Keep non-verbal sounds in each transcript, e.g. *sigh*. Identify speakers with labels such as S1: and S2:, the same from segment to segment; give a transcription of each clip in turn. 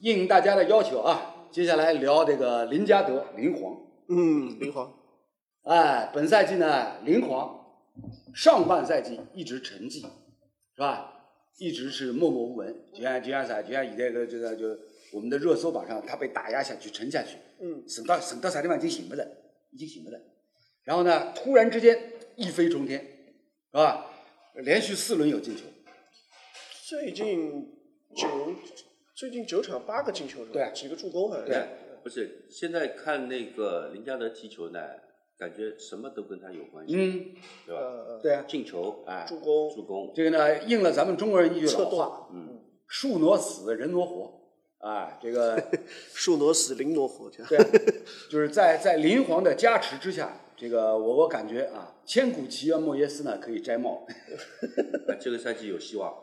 S1: 应大家的要求啊，接下来聊这个林加德林皇。
S2: 嗯，林皇，
S1: 哎，本赛季呢，林皇上半赛季一直沉寂，是吧？一直是默默无闻，就像就像啥，就像现在个这个就我们的热搜榜上，他被打压下去、沉下去，
S2: 嗯，
S1: 沈到沈到啥地方已经醒不了，已经醒不了。然后呢，突然之间一飞冲天，是吧？连续四轮有进球，
S2: 最近九最近九场八个进球是吧？
S1: 对
S2: 几个助攻好像是。
S1: 对
S3: 不是，现在看那个林加德踢球呢，感觉什么都跟他有关系，
S1: 嗯，
S3: 对吧？
S2: 呃，
S1: 对啊，
S3: 进球，哎，
S2: 助攻
S3: 助攻，
S1: 这个呢，应了咱们中国人一句
S2: 策
S1: 老
S2: 动
S1: 话，，嗯树挪死，人挪活，啊，这个
S2: 树挪死，林挪活，这样。
S1: 对，就是在在林皇的加持之下，这个我我感觉啊，千古奇冤莫耶斯呢可以摘帽， *laughs*
S3: 哎，这个赛季有希望，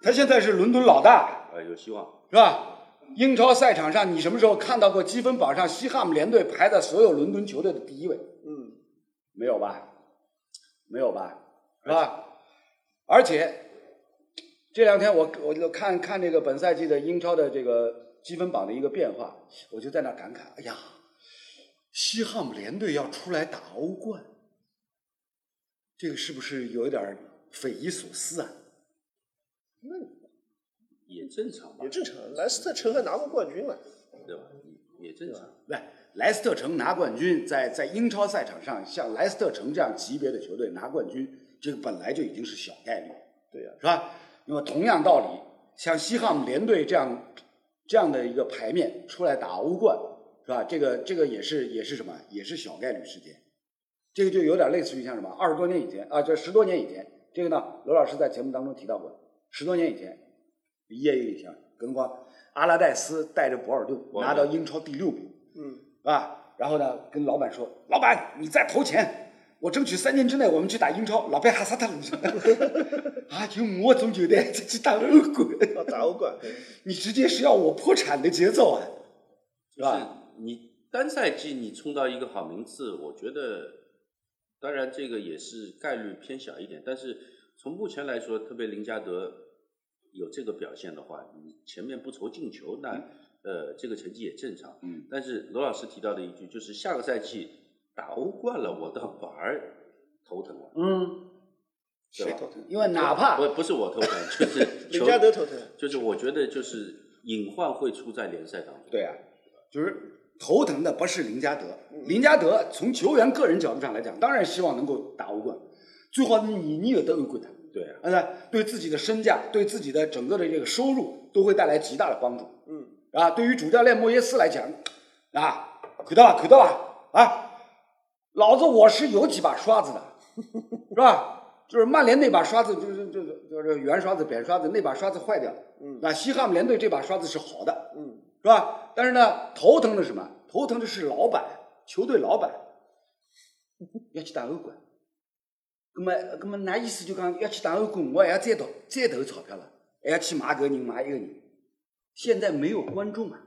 S1: 他现在是伦敦老大，
S3: 呃，有希望，
S1: 是吧？英超赛场上，你什么时候看到过积分榜上西汉姆联队排在所有伦敦球队的第一位？
S2: 嗯，
S1: 没有吧？没有吧？是吧？而且这两天我我就看看这个本赛季的英超的这个积分榜的一个变化，我就在那感慨，哎呀，西汉姆联队要出来打欧冠，这个是不是有一点儿匪夷所思啊？
S3: 也正常吧
S2: 也，正常。莱斯特城还拿过冠军了。
S3: 对吧？也也正常，
S1: 对，莱斯特城拿冠军，在在英超赛场上，像莱斯特城这样级别的球队拿冠军，这个本来就已经是小概率了。
S2: 对呀、
S1: 是吧？那么同样道理，像西汉姆联队这样这样的一个牌面出来打欧冠，是吧？这个这个也是也是什么？也是小概率事件。这个就有点类似于像什么二十多年以前啊，就十多年以前，这个呢，罗老师在节目当中提到过，十多年以前，业余以前，跟光阿拉戴斯带着博尔顿
S3: 博尔
S1: 拿
S3: 顿
S1: 到英超第六名，
S2: 嗯，
S1: 啊，然后呢，跟老板说，老板，你再投钱，我争取三年之内我们去打英超。老板哈萨特鲁， *laughs* 啊，有我总觉得这去打欧冠，
S2: 要打欧冠。对
S1: 你直接是要我破产的节奏啊，是
S3: 就是
S1: 吧？
S3: 你单赛季你冲到一个好名次，我觉得，当然这个也是概率偏小一点，但是从目前来说，特别林加德有这个表现的话，你前面不愁进球，那、呃这个成绩也正常。
S1: 嗯，
S3: 但是罗老师提到的一句就是下个赛季打欧冠了，我倒反而头疼了，
S1: 嗯，
S3: 对吧？
S1: 因为哪怕
S3: 不不是我头疼，就是
S1: *laughs*
S2: 林
S3: 球
S2: 加德头疼。
S3: 就是我觉得就是隐患会出在联赛当中。
S1: 对啊，就是头疼的不是林加德，林加德从球员个人角度上来讲，当然希望能够打欧冠，最好你你有得欧冠的。
S3: 对啊，
S1: 啊，那对自己的身价、对自己的整个的这个收入都会带来极大的帮助。
S2: 嗯，
S1: 啊，对于主教练莫耶斯来讲，啊，可到啊，可到啊，啊，老子我是有几把刷子的，是吧？就是曼联那把刷子，就是就是就是圆刷子、扁刷子，那把刷子坏掉了。
S2: 嗯
S1: 那西汉姆联队这把刷子是好的，
S2: 嗯，
S1: 是吧？但是呢，头疼的是什么？头疼的是老板，球队老板要去打欧冠。那么，那么，那意思就讲要去打欧冠，我还要再投再投钞票了，还要去买个人买一个人。现在没有观众啊，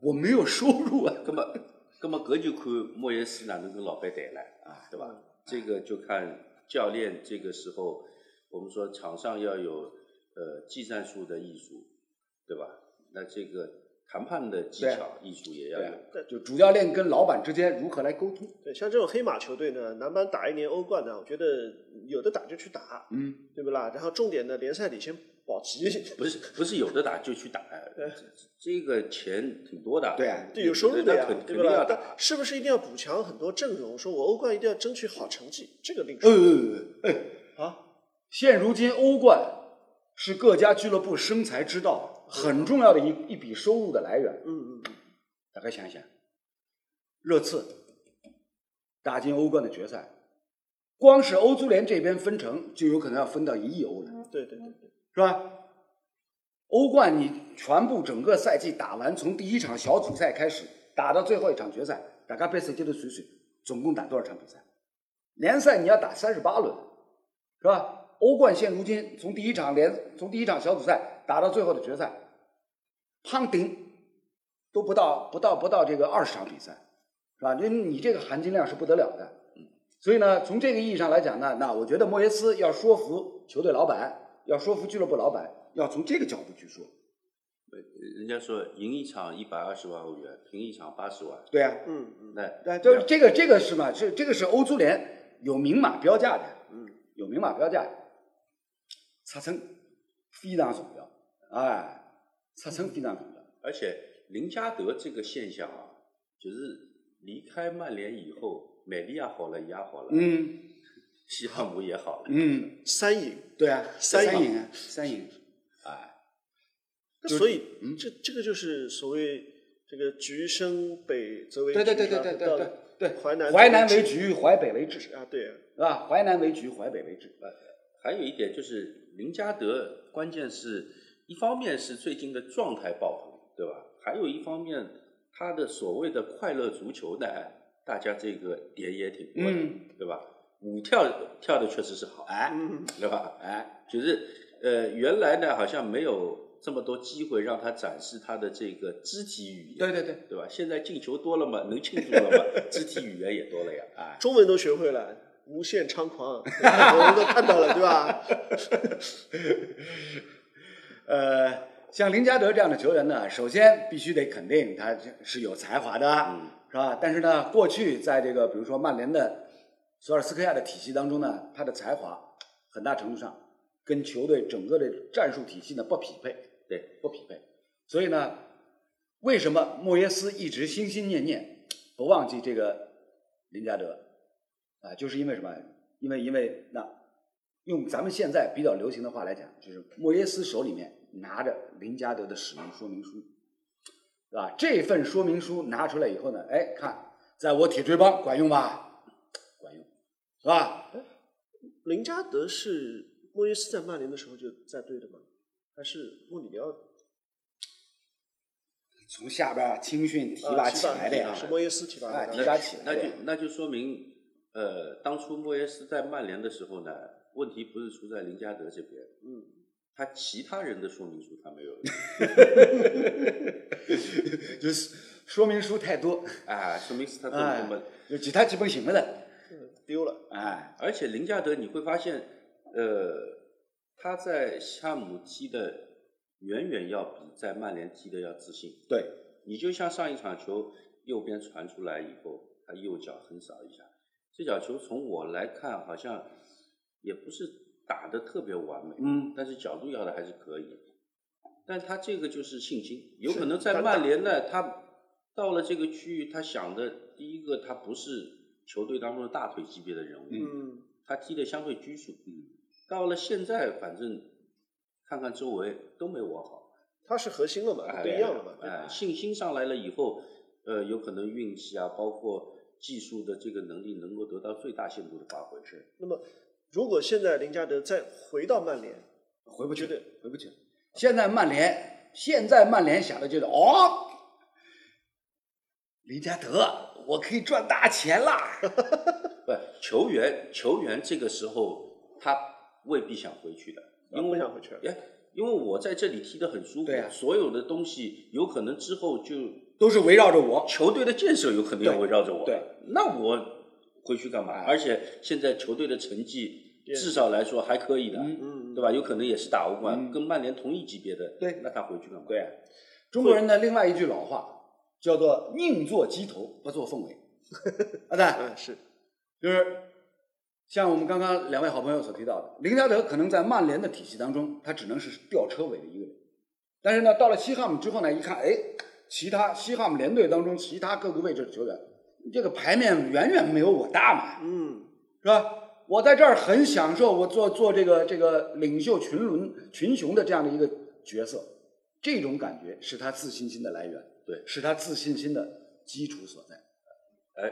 S1: 我没有收入啊。
S3: 那么那么搿就看莫耶斯哪能跟老板谈了啊，对吧？这个就看教练这个时候，我们说场上要有呃计算术的艺术，对吧？那这个谈判的技巧艺术也要有。
S1: 啊对，啊就主教练跟老板之间如何来沟通？
S2: 对，像这种黑马球队呢，南蛮打一年欧冠呢，我觉得有的打就去打，
S1: 嗯，
S2: 对不啦？然后重点呢，联赛里先保级，
S3: 不是不是有的打就去打，这这个钱挺多的，
S1: 对啊
S2: 对，有收入的呀
S3: 那肯，肯
S2: 对
S3: 定
S2: 不啦
S3: 要？打。
S2: 但是不是一定要补强很多阵容？说我欧冠一定要争取好成绩，这个另
S1: 呃
S2: 说。，
S1: 哎，
S2: 啊，
S1: 现如今欧冠是各家俱乐部生财之道，很重要的一一笔收入的来源。
S2: 嗯嗯嗯，
S1: 大概想一想，热刺打进欧冠的决赛，光是欧足联这边分成就有可能要分到一亿欧了，
S2: 对对对对，
S1: 是吧？欧冠你全部整个赛季打完，从第一场小组赛开始打到最后一场决赛，大家杯赛季的水水，总共打多少场比赛？联赛你要打三十八轮，是吧？欧冠现如今从第一场联从第一场小组赛打到最后的决赛，胖顶都不到不到不到这个二十场比赛，是吧？你你这个含金量是不得了的。所以呢，从这个意义上来讲呢，那我觉得莫耶斯要说服球队老板，要说服俱乐部老板，要从这个角度去说，
S3: 呃人家说赢一场一百二十万欧元，平一场八十万，
S1: 对啊，
S2: 嗯嗯，
S1: 对，
S3: 那
S1: 就是这个这个是嘛，是这个是欧足联有明码标价的，嗯，有明码标价的，尺寸非常重要，哎，尺寸非常重要，
S3: 而且林加德这个现象啊，就是离开曼联以后，美利亚好了，也好了，
S1: 嗯
S3: 西汉姆也好了，
S1: 嗯，
S2: 三赢。
S1: 对啊，
S2: 三
S1: 三
S2: 赢
S1: 赢啊，三赢，哎，
S2: 那所以
S1: 嗯
S2: 这这个就是所谓这个橘生北则为
S1: 对对对
S2: 橘
S1: 对
S2: 嘛
S1: 对
S2: 到
S1: 对对
S2: 了
S1: 对，
S2: 淮南
S1: 淮南为橘，淮北为枳，是
S2: 啊，对啊，
S1: 吧？淮南为橘，淮北为枳，
S3: 还有一点就是林加德，关键是一方面是最近的状态爆棚，对吧？还有一方面他的所谓的快乐足球呢，哎大家这个点也挺多的，
S1: 嗯
S3: 对吧？舞跳跳的确实是好，
S1: 哎
S2: 嗯，
S3: 对吧？
S1: 哎，
S3: 就是呃，原来呢好像没有这么多机会让他展示他的这个肢体语言，
S1: 对对对，
S3: 对吧？现在进球多了嘛，能庆祝了嘛， *laughs* 肢体语言也多了呀，啊，
S2: 中文都学会了。无限猖狂，我们都看到了，
S1: *laughs*
S2: 对吧？
S1: 呃，像林加德这样的球员呢，首先必须得肯定他是有才华的，啊
S3: 嗯
S1: 是吧？但是呢，过去在这个比如说曼联的索尔斯克亚的体系当中呢，他的才华很大程度上跟球队整个的战术体系呢不匹配，
S3: 对，
S1: 不匹配。所以呢，为什么莫耶斯一直心心念念不忘记这个林加德啊？就是因为什么？因为因为那用咱们现在比较流行的话来讲，就是莫耶斯手里面拿着林加德的使用说明书，对吧？这份说明书拿出来以后呢，哎，看在我铁锤帮管用吧？管用，是吧？
S2: 林加德是莫耶斯在曼联的时候就在队的吗？还是穆里尼奥
S1: 从下边青训提
S2: 呃
S1: 拔起来的呀
S2: 提拔，是莫耶斯提拔
S1: 哎
S2: 的。
S1: 提
S3: 那
S1: 拔起来
S3: 那
S1: 的
S3: 就
S1: 呀
S3: 那就说明，呃，当初莫耶斯在曼联的时候呢，问题不是出在林加德这边，
S2: 嗯，
S3: 他其他人的说明书他没有
S1: *laughs* 就是说明书太多，
S3: 啊，说明是他做
S1: 哎
S3: 那么，
S1: 就其他基本行不的，
S2: 丢了，
S1: 哎，
S3: 而且林加德你会发现，呃，他在西汉姆踢的远远要比在曼联踢的要自信。
S1: 对，
S3: 你就像上一场球右边传出来以后，他右脚横扫一下，这脚球从我来看好像也不是打得特别完美，
S1: 嗯，
S3: 但是角度要的还是可以。但他这个就是信心，有可能在曼联呢，他到了这个区域，他想的第一个他不是球队当中的大腿级别的人物，
S2: 嗯，
S3: 他踢得相对拘束。
S1: 嗯，
S3: 到了现在，反正看看周围都没我好。
S2: 他是核心了嘛，
S3: 哎
S2: 不一样了嘛，对吧
S3: 哎，信心上来了以后，呃，有可能运气啊，包括技术的这个能力，能够得到最大限度的发挥。是，
S2: 那么，如果现在林加德再回到曼联，
S1: 回不去
S2: 绝对，
S1: 回不去。现在曼联，现在曼联想的就是哦，林加德，我可以赚大钱啦。 *laughs*
S3: 不，球员球员这个时候他未必想回去的，
S2: 啊
S3: 因
S2: 不
S3: 为
S2: 想回去了。
S3: 哎，因为我在这里踢得很舒服，
S1: 对啊
S3: 所有的东西有可能之后就
S1: 都是围绕着我。
S3: 球队的建设有可能要围绕着我，
S1: 对，哎
S3: 那我回去干嘛？而且现在球队的成绩
S2: 也
S3: 至少来说还可以的，
S1: 嗯
S2: 嗯，
S3: 对吧？有可能也是打欧冠，
S1: 嗯
S3: 跟曼联同一级别的，
S1: 对
S3: 那他回去干嘛？
S1: 对啊，中国人的另外一句老话叫做“宁做鸡头，不做凤尾”，啊，对，
S2: 嗯，是，
S1: 就是像我们刚刚两位好朋友所提到的，林加德可能在曼联的体系当中，他只能是吊车尾的一个人。但是呢，到了西汉姆之后呢，一看，哎，其他西汉姆联队当中其他各个位置的球员，这个牌面远远没有我大嘛，
S2: 嗯，
S1: 是吧？我在这儿很享受我做做这个这个领袖群伦群雄的这样的一个角色，这种感觉是他自信心的来源，
S3: 对
S1: 是他自信心的基础所在。
S3: 哎，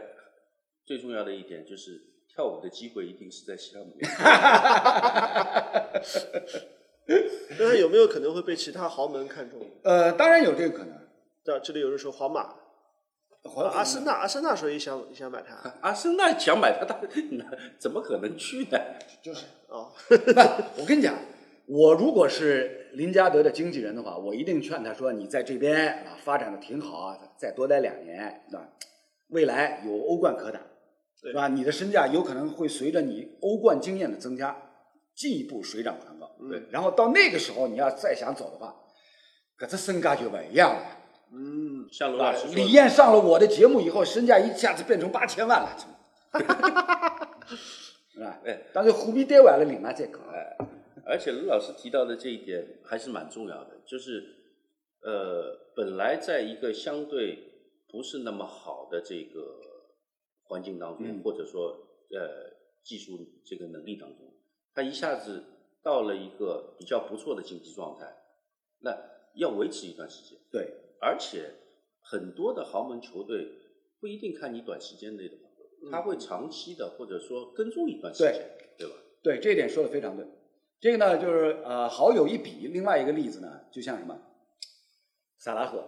S3: 最重要的一点就是跳舞的机会一定是在西
S1: *laughs*
S3: 汉姆联。
S2: 那他有没有可能会被其他豪门看中？
S1: 呃，当然有这个可能。呃
S2: 对啊吧？这里有人说皇马、啊
S1: 皇
S2: 阿森纳，阿森纳说也想也想买
S1: *laughs*
S2: 他
S3: 阿森纳想买他，他那怎么可能去呢？
S1: 就是
S2: 啊，
S1: 不，我跟你讲，我如果是林加德的经纪人的话，我一定劝他说：“你在这边啊发展的挺好啊，再多待两年，对吧？未来有欧冠可打，
S2: 对
S1: 吧？你的身价有可能会随着你欧冠经验的增加，进一步水涨船高。
S2: 嗯
S1: 然后到那个时候，你要再想走的话，搿只身价就勿一样了。
S2: 嗯，
S3: 像罗老师说
S1: 李
S3: 的，
S1: 艳上了我的节目以后，身价一下子变成八千万了， *laughs* 是吧？
S3: 哎，
S1: 但是虎皮单位了另外再讲。
S3: 而且卢老师提到的这一点还是蛮重要的，就是呃，本来在一个相对不是那么好的这个环境当中，
S1: 嗯
S3: 或者说呃技术这个能力当中，他一下子到了一个比较不错的经济状态，那要维持一段时间，
S1: 对，
S3: 而且很多的豪门球队不一定看你短时间内的，
S1: 嗯
S3: 他会长期的或者说跟踪一段时间，对吧？
S1: 对，这一点说的非常对。这个呢，就是呃，好友一比，另外一个例子呢，就像什么，萨拉赫，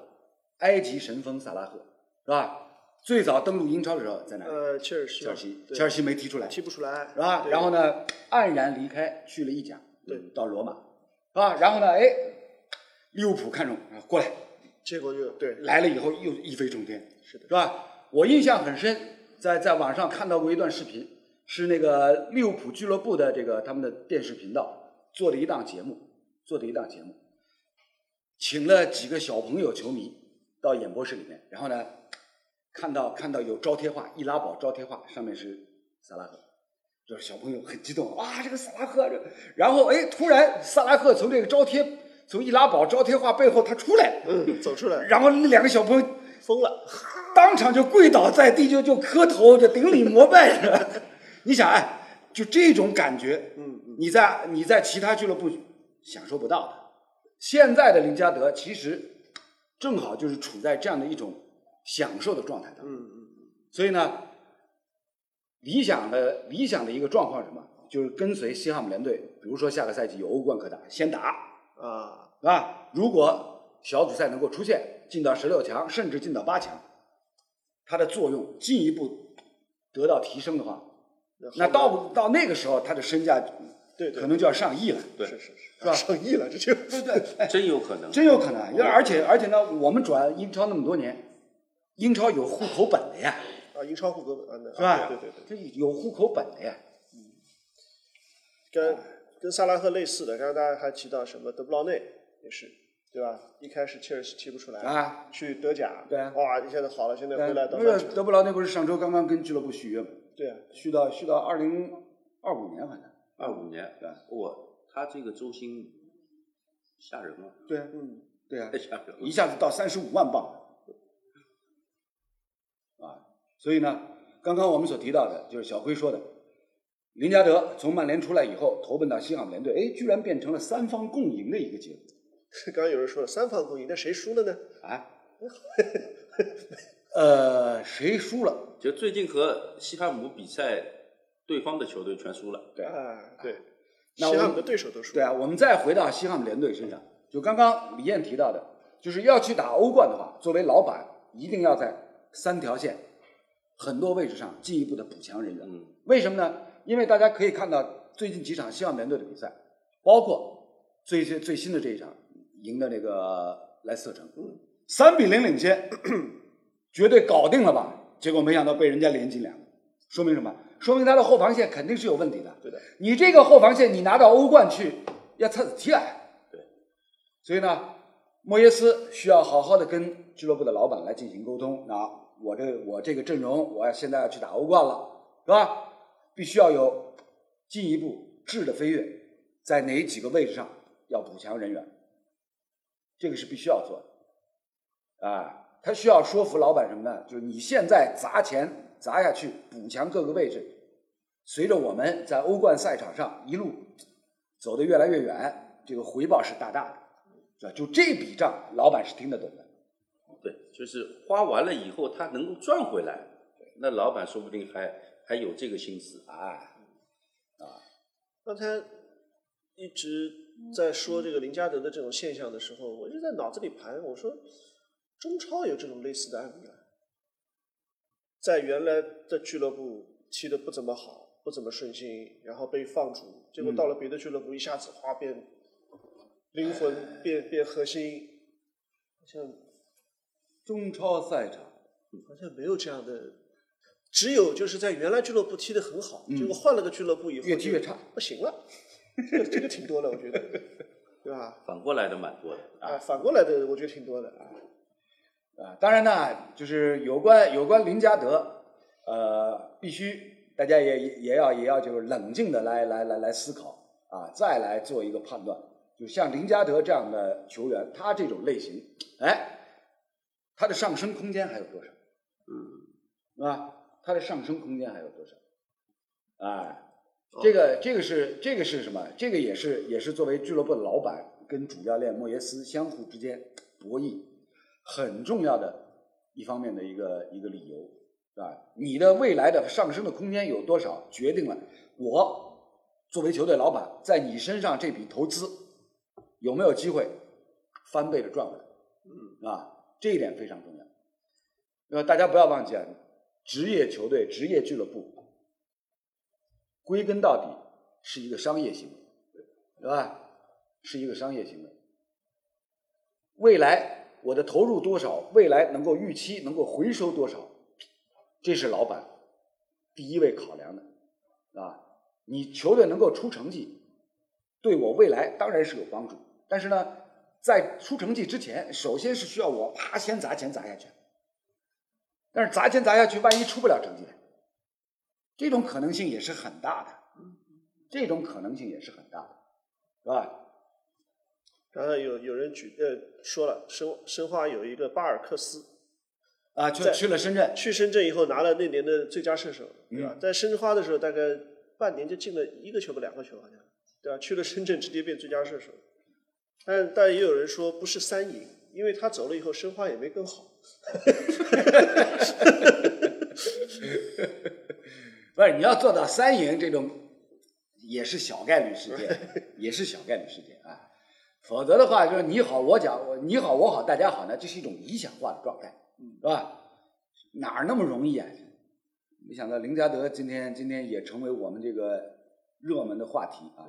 S1: 埃及神锋萨拉赫，是吧？最早登陆英超的时候在哪里？
S2: 呃，切尔西
S1: 切
S2: 嘛，
S1: 尔西，
S2: 对
S1: 切尔西没踢出来，
S2: 踢不出来，
S1: 是吧？
S2: 对
S1: 然后呢，黯然离开，去了意甲，
S2: 对，
S1: 到罗马，是吧？然后呢，哎，利物浦看中，啊过来，
S2: 结果就嗯对，
S1: 来了以后又一飞冲天，
S2: 是的
S1: 是吧？我印象很深，在在网上看到过一段视频，是那个利物浦俱乐部的这个他们的电视频道做的一档节目，做的一档节目，请了几个小朋友球迷到演播室里面，然后呢，看到看到有招贴画，易拉宝招贴画上面是萨拉赫。就是小朋友很激动，哇，这个萨拉赫，这然后哎，突然萨拉赫从这个招贴，从易拉宝招贴画背后他出来，
S2: 嗯，走出
S1: *laughs*
S2: 来，
S1: 然后那两个小朋友
S2: 疯了，
S1: 当场就跪倒在地，就就磕头，就顶礼膜拜
S2: *laughs*
S1: 着。你想，哎，就这种感觉，
S2: 嗯嗯，
S1: 你在你在其他俱乐部享受不到的。现在的林加德其实正好就是处在这样的一种享受的状态当中，
S2: 嗯嗯，
S1: 所以呢，理想的理想的一个状况是什么？就是跟随西汉姆联队，比如说下个赛季有欧冠可打，先打，
S2: 啊，
S1: 是吧？如果小组赛能够出现，进到十六强，甚至进到八强，它的作用进一步得到提升的话，那
S2: 后面
S1: 到到那个时候，它的身价
S2: 对对
S1: 可能就要上亿了，
S3: 对
S2: 是是是，
S1: 是吧
S2: 上亿了，这就
S1: 对不对？哎，
S3: 真有可能，
S1: 真有可能。啊因为而且而且呢，我们转英超那么多年，英超有户口本的呀，
S2: 啊，英超户口本啊，那
S1: 是吧？
S2: 对对对，
S1: 这有户口本的呀。
S2: 跟跟萨拉赫类似的，刚刚大家还提到什么德布劳内也是，对吧？一开始切尔西踢不出来，
S1: 啊，
S2: 去德甲，
S1: 对啊
S2: 哇，一下子好了，现在回来到
S1: 不
S2: 曼
S1: 是
S2: 城，
S1: 德布劳内不是上周刚刚跟俱乐部续约吗？
S2: 对啊，
S1: 续到续到二零二五年好像。
S3: 二五年，
S1: 对
S3: 哇，他这个周薪吓人了，
S1: 对啊，
S2: 嗯，
S1: 对啊
S3: 太。吓人
S1: 一
S3: 了。
S1: 下子到三十五万镑，啊，所以呢，刚刚我们所提到的，就是小辉说的，林加德从曼联出来以后，投奔到西汉姆联队，哎，居然变成了三方共赢的一个结果
S2: 刚刚有人说了三方共赢，那谁输了呢？
S1: 啊，呃，谁输了？
S3: 就最近和西汉姆比赛，对方的球队全输了。
S1: 对啊
S2: 啊，对，
S1: 那
S2: 其他
S1: 我
S2: 我们的对手都输，
S1: 对啊，我们再回到西汉姆联队身上，就刚刚李艳提到的，就是要去打欧冠的话，作为老板一定要在三条线很多位置上进一步的补强人员。
S3: 嗯，
S1: 为什么呢？因为大家可以看到最近几场西汉姆联队的比赛，包括最最最新的这一场赢的那个莱斯特城，
S2: 嗯
S1: 三比零领先， *clears throat* 绝对搞定了吧？结果没想到被人家连进两个，说明什么？说明他的后防线肯定是有问题的。
S2: 对的，
S1: 你这个后防线，你拿到欧冠去要擦子踢来。
S3: 对，
S1: 所以呢，莫耶斯需要好好的跟俱乐部的老板来进行沟通。那我这我这个阵容，我要现在要去打欧冠了，是吧？必须要有进一步质的飞跃，在哪几个位置上要补强人员，这个是必须要做的。啊，他需要说服老板什么呢？就是你现在砸钱砸下去补强各个位置，随着我们在欧冠赛场上一路走得越来越远，这个回报是大大的，是吧？就这笔账，老板是听得懂的。
S3: 对，就是花完了以后，他能够赚回来，那老板说不定还还有这个心思啊。
S2: 刚才一直在说这个林加德的这种现象的时候，我一直在脑子里盘，我说中超有这种类似的案例啊，在原来的俱乐部踢得不怎么好，不怎么顺心，然后被放逐，结果到了别的俱乐部，一下子哗变灵魂，变变核心，好像
S1: 中超赛场，
S2: 好像没有这样的。只有就是在原来俱乐部踢得很好，
S1: 嗯
S2: 结果换了个俱乐部以后 *laughs*
S1: 越踢
S2: 就
S1: 越差
S2: 不行了，这个这个挺多的，我觉得。对吧？
S3: 反过来的蛮多的啊。
S2: 啊，反过来的我觉得挺多的啊。
S1: 啊，当然呢，就是有关有关林加德，呃，必须大家也也要也要就是冷静的来来来来思考啊，再来做一个判断。就像林加德这样的球员，他这种类型，哎，他的上升空间还有多少？嗯，啊，他的上升空间还有多少？哎，这个这个是这个是什么？这个也是也是作为俱乐部的老板跟主教练莫耶斯相互之间博弈很重要的一方面的一个一个理由，是吧？你的未来的上升的空间有多少，决定了我作为球队老板在你身上这笔投资有没有机会翻倍的赚回来。嗯，啊，这一点非常重要。那大家不要忘记啊，职业球队、职业俱乐部归根到底是一个商业行为，对吧？是一个商业行为。未来我的投入多少，未来能够预期能够回收多少，这是老板第一位考量的啊。你球队能够出成绩，对我未来当然是有帮助。但是呢，在出成绩之前，首先是需要我啪先砸钱砸下去。但是砸钱砸下去，万一出不了成绩来，这种可能性也是很大的，这种可能性也是很大的，是吧？
S2: 然后有有人举呃说了，申申花有一个巴尔克斯，
S1: 啊，去
S2: 在
S1: 去了深圳，
S2: 去深圳以后拿了那年的最佳射手，对
S1: 嗯
S2: 吧？在申花的时候，大概半年就进了一个球吧，两个球好像，对吧？去了深圳直接变最佳射手，但但也有人说不是三赢，因为他走了以后，申花也没更好。
S1: 不是你要做到三赢这种，也是小概率事件，也是小概率事件啊。否则的话，就是你好我讲，我你好我好大家好呢，这是一种理想化的状态，是吧？哪儿那么容易啊？没想到林加德今天今天也成为我们这个热门的话题啊。